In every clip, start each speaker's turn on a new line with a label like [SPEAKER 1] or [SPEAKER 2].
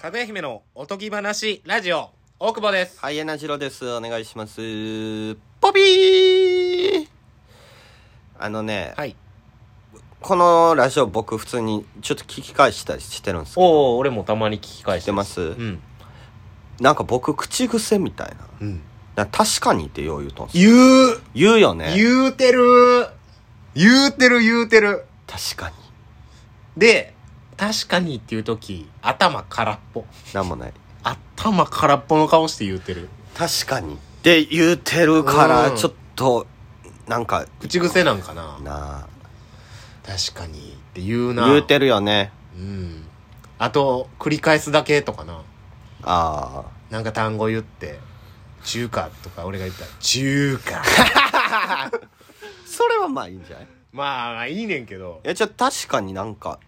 [SPEAKER 1] かぐや姫のおとぎ話ラジオ、大久保です。
[SPEAKER 2] はい、えなじろです。お願いします。ポピーあのね、
[SPEAKER 1] はい。
[SPEAKER 2] このラジオ僕普通にちょっと聞き返したりしてるんですけど、
[SPEAKER 1] お、俺もたまに聞き返
[SPEAKER 2] してます、
[SPEAKER 1] うん。
[SPEAKER 2] なんか僕口癖みたいな。
[SPEAKER 1] うん。
[SPEAKER 2] なんか確かにってよう言うとんすよ
[SPEAKER 1] 言う、
[SPEAKER 2] 言うよね。
[SPEAKER 1] 言うてる言うてる言うてる。
[SPEAKER 2] 確かに。
[SPEAKER 1] で、確かにっていうとき、頭空っぽ。
[SPEAKER 2] なんもない。
[SPEAKER 1] 頭空っぽの顔して言うてる。
[SPEAKER 2] 確かに。で、言うてるか
[SPEAKER 1] う
[SPEAKER 2] ら、
[SPEAKER 1] ん
[SPEAKER 2] ちょっと、なんか、
[SPEAKER 1] 口癖なんかな
[SPEAKER 2] なあ
[SPEAKER 1] 確かにって言うな。
[SPEAKER 2] 言うてるよね。
[SPEAKER 1] うん。あと、繰り返すだけとかな。
[SPEAKER 2] あ
[SPEAKER 1] なんか単語言って、中華とか俺が言ったら、中華。
[SPEAKER 2] あ。それはまあいいんじゃない
[SPEAKER 1] まあまあいいねんけど
[SPEAKER 2] い、や、ちょっと確かになんか、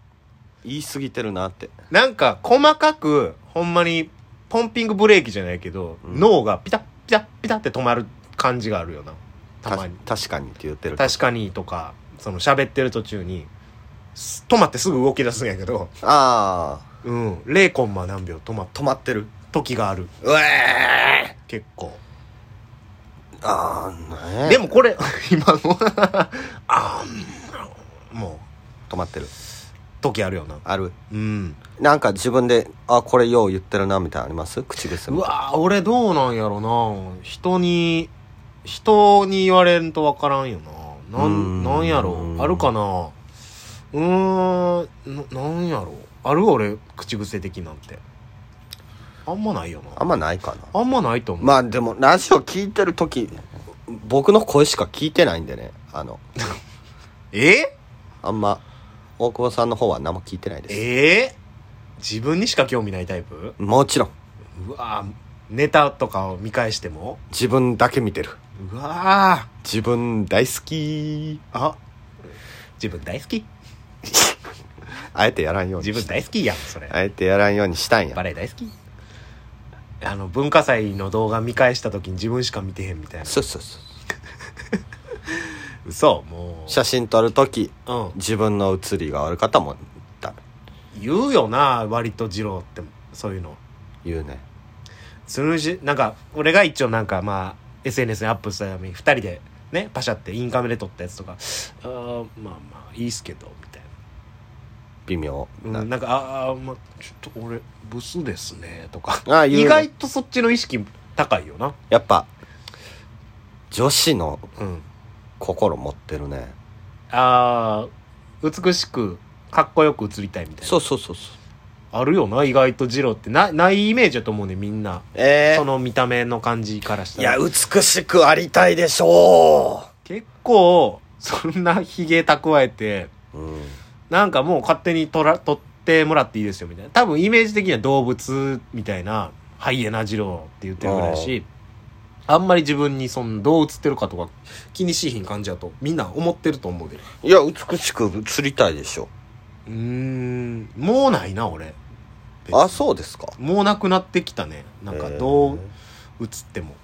[SPEAKER 2] 言い過ぎてるなって。
[SPEAKER 1] なんか細かく、ほんまに、ポンピングブレーキじゃないけど、
[SPEAKER 2] うん
[SPEAKER 1] 脳がピタッピタッピタッって止まる感じがあるよな。たまに。
[SPEAKER 2] た確かにって言ってる
[SPEAKER 1] 確かにとか、その喋ってる途中に、す止まってすぐ動き出すんやけど、
[SPEAKER 2] ああ
[SPEAKER 1] うん、0コンマ何秒止まっ
[SPEAKER 2] 止まってる
[SPEAKER 1] 時がある。
[SPEAKER 2] うえ
[SPEAKER 1] 結構。
[SPEAKER 2] ーああね
[SPEAKER 1] でもこれ、 今のあーん、も
[SPEAKER 2] 止まってる
[SPEAKER 1] う、時あるよな。
[SPEAKER 2] ある
[SPEAKER 1] うん。
[SPEAKER 2] なんか自分であこれよう言ってるなみたいなのあります口癖
[SPEAKER 1] う
[SPEAKER 2] みたい
[SPEAKER 1] わー俺どうなんやろな人に人に言われんとわからんよなな
[SPEAKER 2] うー
[SPEAKER 1] ん
[SPEAKER 2] ん
[SPEAKER 1] なんやろあるかなうーんななんやろある俺口癖的なんてあんまないよ
[SPEAKER 2] あ
[SPEAKER 1] なん
[SPEAKER 2] まないかな
[SPEAKER 1] あんまないと思う、
[SPEAKER 2] まあでもラジオ聞いてる時僕の声しか聞いてないんでねあの
[SPEAKER 1] え
[SPEAKER 2] あんま大久保さんの方は何も聞いてないです
[SPEAKER 1] え自分にしか興味ないタイプ
[SPEAKER 2] もちろん
[SPEAKER 1] うわーネタとかを見返しても
[SPEAKER 2] 自分だけ見てる
[SPEAKER 1] うわー
[SPEAKER 2] 自分大好き
[SPEAKER 1] あ自分大好き
[SPEAKER 2] あえてやらんように
[SPEAKER 1] 自分大好きやんそれ
[SPEAKER 2] あえてやらんようにしたんや
[SPEAKER 1] バレエ大好きあの文化祭の動画見返した時に自分しか見てへんみたいな
[SPEAKER 2] そうそうそう
[SPEAKER 1] 嘘もう
[SPEAKER 2] 写真撮る時
[SPEAKER 1] うん
[SPEAKER 2] 自分の写りが悪かったらもうダメ
[SPEAKER 1] 言うよな割と二郎ってそういうの
[SPEAKER 2] 言うね
[SPEAKER 1] そのうちなんか俺が一応なんかまあ SNS にアップしたために二人でねパシャってインカメで撮ったやつとかあーまあまあいいっすけどみたい
[SPEAKER 2] 微妙
[SPEAKER 1] な、
[SPEAKER 2] な、
[SPEAKER 1] うん、なんかああまあちょっと俺ブスですねとか
[SPEAKER 2] ああ言う
[SPEAKER 1] 意
[SPEAKER 2] ね
[SPEAKER 1] 外とそっちの意識高いよな
[SPEAKER 2] やっぱ女子の
[SPEAKER 1] うん
[SPEAKER 2] 心持ってるね
[SPEAKER 1] あー美しくかっこよく映りたいみたいな
[SPEAKER 2] そうそうそうそう
[SPEAKER 1] あるよな意外とジローってなないイメージだと思うねみんな
[SPEAKER 2] ええ
[SPEAKER 1] その見た目の感じからした
[SPEAKER 2] い
[SPEAKER 1] ら
[SPEAKER 2] や美しくありたいでしょ
[SPEAKER 1] 結構そんなひげ蓄えて
[SPEAKER 2] う、うん、
[SPEAKER 1] なんかもう勝手にとら取ってもらっていいですよみたいな多分イメージ的には動物みたいなハイエナジローって言ってるぐらいやしあんまり自分にそのどう映ってるかとか気にしいひん感じだとみんな思ってると思うで
[SPEAKER 2] いや美しく映りたいでしょ
[SPEAKER 1] うーんもうないな俺
[SPEAKER 2] あそうですか
[SPEAKER 1] もうなくなってきたねなんかどう映っても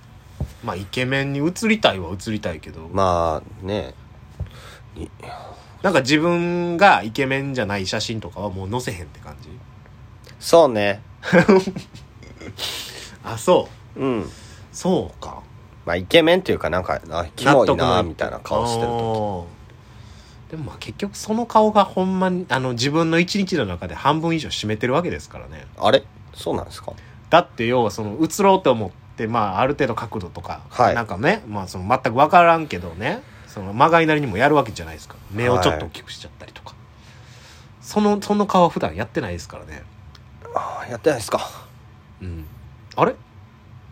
[SPEAKER 1] まあイケメンに映りたいは映りたいけど、
[SPEAKER 2] まあねに
[SPEAKER 1] なんか自分がイケメンじゃない写真とかはもう載せへんって感じ
[SPEAKER 2] そうね
[SPEAKER 1] あそう
[SPEAKER 2] うん
[SPEAKER 1] そうか
[SPEAKER 2] まあイケメンっていうかなんかあキモいな
[SPEAKER 1] 納得の
[SPEAKER 2] みたいな顔してる時
[SPEAKER 1] あーでもまあ結局その顔がほんまにあの自分の一日の中で半分以上占めてるわけですからね
[SPEAKER 2] あれそうなんですか
[SPEAKER 1] だって要はその映ろうと思ってまあある程度角度とか、
[SPEAKER 2] はい
[SPEAKER 1] なんかねまあその全く分からんけどねその曲がりなりにもやるわけじゃないですか目をちょっと大きくしちゃったりとか、そのその顔は普段やってないですからね
[SPEAKER 2] あーやってないですか
[SPEAKER 1] うんあれ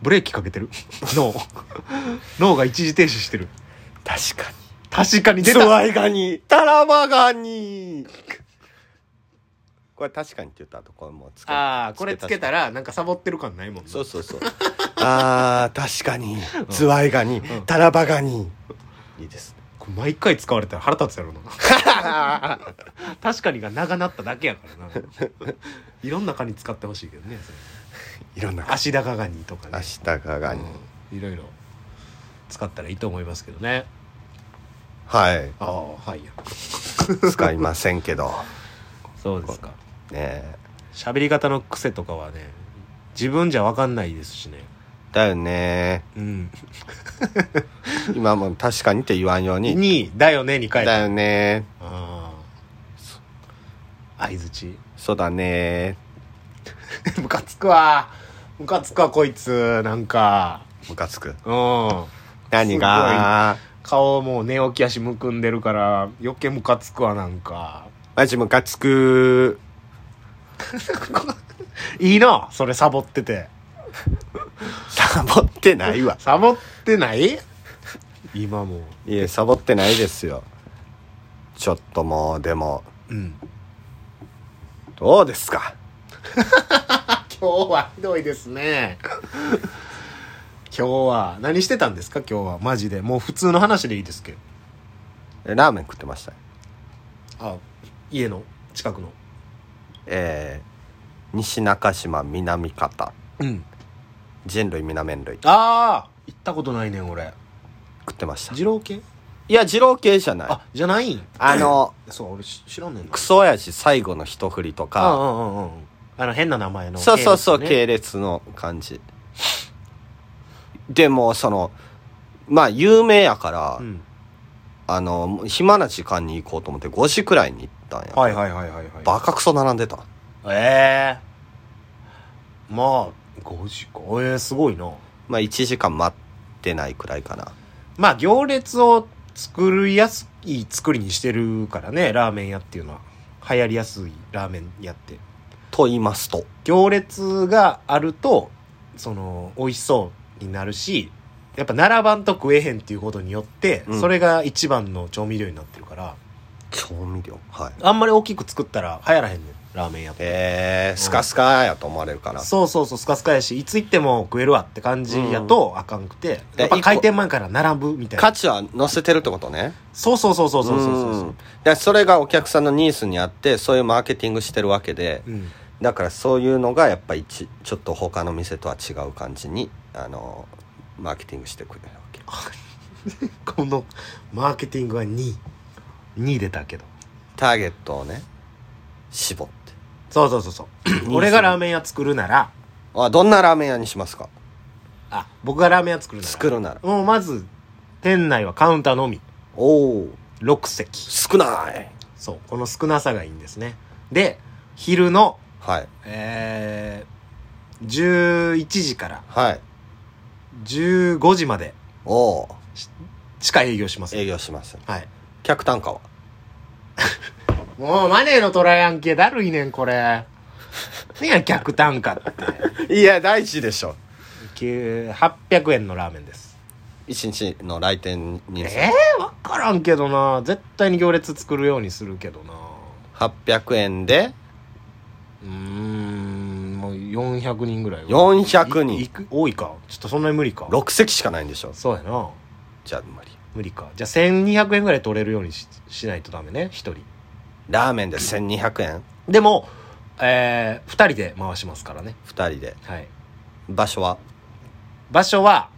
[SPEAKER 1] ブレーキかけてる 脳脳が一時停止してる
[SPEAKER 2] 確かに
[SPEAKER 1] 確かに出
[SPEAKER 2] ズ
[SPEAKER 1] た
[SPEAKER 2] ワイガニタラバガニこれ確かにって言った後これもうつけ
[SPEAKER 1] ああこれつけた
[SPEAKER 2] ら
[SPEAKER 1] らなんかサボってる感ないもんね
[SPEAKER 2] そうそうそうあー確かにズワイガニタラバガニいいですね
[SPEAKER 1] これ毎回使われたら腹立つやろな 確かにが長なっただけやからないろんなカニ使ってほしいけどねそれ
[SPEAKER 2] いろんな
[SPEAKER 1] 足高ガニとかね
[SPEAKER 2] アシタカガニ
[SPEAKER 1] うんいろいろ使ったらいいと思いますけどね
[SPEAKER 2] はい
[SPEAKER 1] ああはいや
[SPEAKER 2] 使いませんけど
[SPEAKER 1] そうですか
[SPEAKER 2] ねえ
[SPEAKER 1] 喋り方の癖とかはね、自分じゃわかんないですしね。
[SPEAKER 2] だよね。
[SPEAKER 1] うん。
[SPEAKER 2] 今も確かにって言わんように。
[SPEAKER 1] に、だよねに変えた。
[SPEAKER 2] だよね。
[SPEAKER 1] ああ。相づち。
[SPEAKER 2] そうだね。
[SPEAKER 1] ムカつくわ。ムカつくわ、こいつ。なんか。
[SPEAKER 2] ムカつく。
[SPEAKER 1] うん。
[SPEAKER 2] 何が
[SPEAKER 1] 顔もう寝起きやしむくんでるから、余計ムカつくわ、なんか。
[SPEAKER 2] マジムカつく。
[SPEAKER 1] いいな、それサボってて。
[SPEAKER 2] サボってないわ。
[SPEAKER 1] サボってない今も。
[SPEAKER 2] いえ、サボってないですよ。ちょっともう、でも、
[SPEAKER 1] うん。
[SPEAKER 2] どうですか
[SPEAKER 1] 今日はひどいですね。 今日は、何してたんですか今日は。マジで。もう普通の話でいいですけど。
[SPEAKER 2] えラーメン食ってました。
[SPEAKER 1] あ、家の近くの。
[SPEAKER 2] えー、西中島南方。
[SPEAKER 1] うん。
[SPEAKER 2] 人類皆麺類。
[SPEAKER 1] ああ行ったことないねん、俺。
[SPEAKER 2] 食ってました。
[SPEAKER 1] 二郎系
[SPEAKER 2] いや、二郎系じゃない。あ
[SPEAKER 1] あ、じゃないん
[SPEAKER 2] の、
[SPEAKER 1] そう、俺し知らんねんな
[SPEAKER 2] クソ親父最後の一振りと
[SPEAKER 1] あう
[SPEAKER 2] か、
[SPEAKER 1] んうんうんうん。あの、変な名前の。
[SPEAKER 2] そうそうそう、
[SPEAKER 1] 系
[SPEAKER 2] 系列の感じ。でも、その、まあ、有名やから、
[SPEAKER 1] ですね。うん。
[SPEAKER 2] あの、暇な時間に行こうと思って5時くらいに行ったんや。
[SPEAKER 1] はいはいはいはいはい。
[SPEAKER 2] バカクソ並んでた。
[SPEAKER 1] ええまあ、5時か。ええすごいな。
[SPEAKER 2] まあ、1時間待ってないくらいかな。
[SPEAKER 1] まあ、行列を作りやすい作りにしてるからね、ラーメン屋っていうのは。流行りやすいラーメン屋って。
[SPEAKER 2] と言いますと。
[SPEAKER 1] 行列があると、その、美味しそうになるし、やっぱ並ばんと食えへんっていうことによって、
[SPEAKER 2] うん
[SPEAKER 1] それが一番の調味料になってるから、
[SPEAKER 2] 調味料。はい。
[SPEAKER 1] あんまり大きく作ったら流行らへんねん、ラーメン屋って。
[SPEAKER 2] えー、スカスカやと思われるから。
[SPEAKER 1] そうそうそう、スカスカやし、いつ行っても食えるわって感じやとあかんくて、
[SPEAKER 2] で
[SPEAKER 1] やっぱ開店前から並ぶみたいな。
[SPEAKER 2] 価値は乗せてるってことね。
[SPEAKER 1] そうそうそうそうそうそうそう。
[SPEAKER 2] でそれがお客さんのニーズにあってそういうマーケティングしてるわけで
[SPEAKER 1] うん。
[SPEAKER 2] だからそういうのがやっぱりちちょっと他の店とは違う感じにあのマーケティングしてくれるわけ
[SPEAKER 1] この、マーケティングは2。2出たけど。
[SPEAKER 2] ターゲットをね絞って
[SPEAKER 1] そうそうそうそう。俺がラーメン屋作るなら、
[SPEAKER 2] あどんなラーメン屋にしますか
[SPEAKER 1] あ、僕がラーメン屋作るなら。
[SPEAKER 2] 作るなら
[SPEAKER 1] もうまず、店内はカウンターのみ。
[SPEAKER 2] おお
[SPEAKER 1] 6席。
[SPEAKER 2] 少ない
[SPEAKER 1] そう。この少なさがいいんですね。で、昼の、
[SPEAKER 2] はい
[SPEAKER 1] えー、11時から
[SPEAKER 2] はい
[SPEAKER 1] 15時まで
[SPEAKER 2] おおー
[SPEAKER 1] しか営業しません。
[SPEAKER 2] 営業します
[SPEAKER 1] はい。
[SPEAKER 2] 客単価は
[SPEAKER 1] もうマネーのトライアン系だるいねん、これ。何や、客単価って。
[SPEAKER 2] いや大事でしょ
[SPEAKER 1] 9 800円のラーメンです。
[SPEAKER 2] 一日の来店人数
[SPEAKER 1] ええー、わからんけどな。絶対に行列作るようにするけどな。
[SPEAKER 2] 800円で
[SPEAKER 1] うーん、もう400人ぐらいは。
[SPEAKER 2] 400人
[SPEAKER 1] いいく多いか。ちょっとそんなに無理か。
[SPEAKER 2] 6席しかないんでしょ
[SPEAKER 1] そうやな。
[SPEAKER 2] じゃあ無理
[SPEAKER 1] 無理か。じゃあ1200円ぐらい取れるようにししないとダメね、一人。
[SPEAKER 2] ラーメンで1200円
[SPEAKER 1] でも、えー、二人で回しますからね。
[SPEAKER 2] 2人で
[SPEAKER 1] はい。
[SPEAKER 2] 場所は
[SPEAKER 1] 場所は、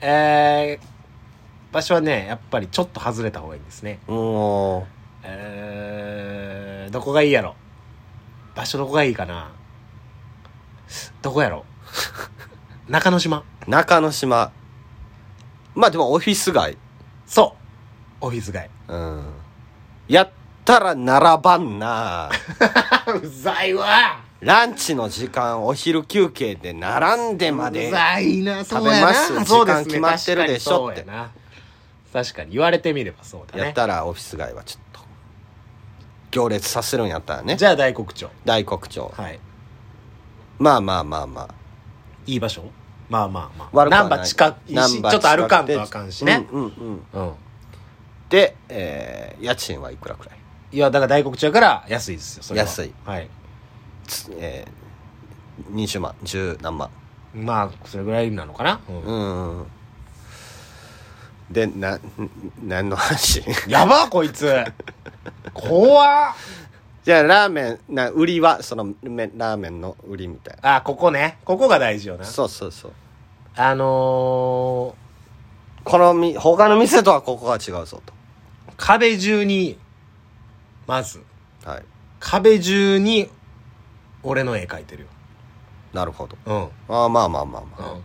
[SPEAKER 1] えー、場所はね、やっぱりちょっと外れた方がいいんですね。
[SPEAKER 2] うーん
[SPEAKER 1] えー、どこがいいやろ場所どこがいいかなどこやろ 中之島。
[SPEAKER 2] 中之島まあでもオフィス街
[SPEAKER 1] そう。オフィス街。
[SPEAKER 2] うんやったら並ばん な
[SPEAKER 1] うざいわ
[SPEAKER 2] ランチの時間お昼休憩で並んでま
[SPEAKER 1] う
[SPEAKER 2] で
[SPEAKER 1] ざいな、そうや
[SPEAKER 2] 食べま
[SPEAKER 1] な。
[SPEAKER 2] す
[SPEAKER 1] そうですね
[SPEAKER 2] 時間決まってるでしょって
[SPEAKER 1] 確かにそうやな確かに言われてみればそうだ
[SPEAKER 2] やっ
[SPEAKER 1] ね。
[SPEAKER 2] たらオフィス街はちょっと行列させるんやったらね
[SPEAKER 1] じゃあ大黒町。
[SPEAKER 2] 大黒町
[SPEAKER 1] はい。
[SPEAKER 2] まあまあまあまあ
[SPEAKER 1] いい場所まあまあまあ。
[SPEAKER 2] 悪く
[SPEAKER 1] 難
[SPEAKER 2] はない
[SPEAKER 1] 波近いし、
[SPEAKER 2] 難
[SPEAKER 1] ち
[SPEAKER 2] 波
[SPEAKER 1] ょっと歩かんと
[SPEAKER 2] 近くて
[SPEAKER 1] あかんしね。
[SPEAKER 2] うんうんう
[SPEAKER 1] う
[SPEAKER 2] ん
[SPEAKER 1] ん。
[SPEAKER 2] で、えー家賃はいくらくらい
[SPEAKER 1] いや、だから大黒町やから安いですよ、それは。
[SPEAKER 2] 安い。
[SPEAKER 1] はい。
[SPEAKER 2] つえー、20万10何万
[SPEAKER 1] まあ、それぐらいなのかな。うん
[SPEAKER 2] うんでな何の話
[SPEAKER 1] やばこいつ怖っ
[SPEAKER 2] じゃあラーメンな売りはそのめラーメンの売りみたい
[SPEAKER 1] あ、ここね。ここが大事よな
[SPEAKER 2] な。そうそうそう
[SPEAKER 1] あの
[SPEAKER 2] このみ他の店とはここが違うぞ
[SPEAKER 1] ー、壁中に、まず、
[SPEAKER 2] とはい
[SPEAKER 1] 壁中に、俺の絵描いてるよ
[SPEAKER 2] なるほど
[SPEAKER 1] うん、
[SPEAKER 2] ああまあまあまあまあ、
[SPEAKER 1] うん、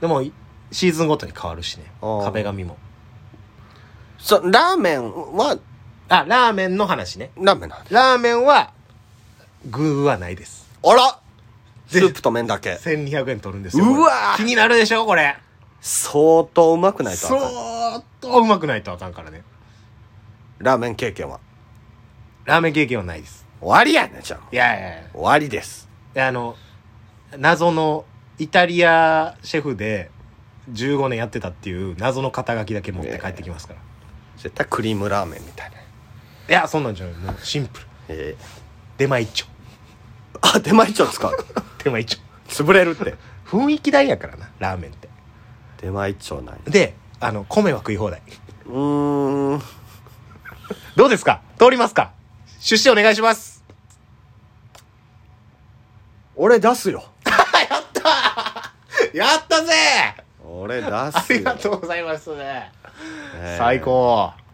[SPEAKER 1] でもいシーズンごとに変わるしね
[SPEAKER 2] あー
[SPEAKER 1] 壁紙も
[SPEAKER 2] そラーメンは
[SPEAKER 1] あラーメンの話ね
[SPEAKER 2] ラーメンなんで
[SPEAKER 1] ラーメンは具はないです
[SPEAKER 2] あらス
[SPEAKER 1] ぜ
[SPEAKER 2] ープと麺だけ
[SPEAKER 1] 1200円取るんですよこれ
[SPEAKER 2] うわー
[SPEAKER 1] 気になるでしょこれ
[SPEAKER 2] 相当うまくないとあ
[SPEAKER 1] そ
[SPEAKER 2] かん
[SPEAKER 1] ーっとうまくないとあかんからね
[SPEAKER 2] ラーメン経験は
[SPEAKER 1] ラーメン経験はないです
[SPEAKER 2] 終わりやねじゃん
[SPEAKER 1] いやいやいや
[SPEAKER 2] 終わりです
[SPEAKER 1] であの謎のイタリアシェフで15年やってたっていう謎の肩書きだけ持って帰ってきますから、
[SPEAKER 2] 絶対クリームラーメンみたいない
[SPEAKER 1] やそんなんじゃないもうシンプル
[SPEAKER 2] え
[SPEAKER 1] 出前一丁
[SPEAKER 2] えあ出前一丁 使う
[SPEAKER 1] 出前一丁
[SPEAKER 2] 潰れるって
[SPEAKER 1] 雰囲気代やからなラーメンって
[SPEAKER 2] 出前一丁ない
[SPEAKER 1] であの米は食い放題
[SPEAKER 2] うーん
[SPEAKER 1] どうですか通りますか出資お願いします
[SPEAKER 2] 俺出すよ
[SPEAKER 1] やったぜ
[SPEAKER 2] 俺出すよ
[SPEAKER 1] ありがとうございます、
[SPEAKER 2] ええ
[SPEAKER 1] 最高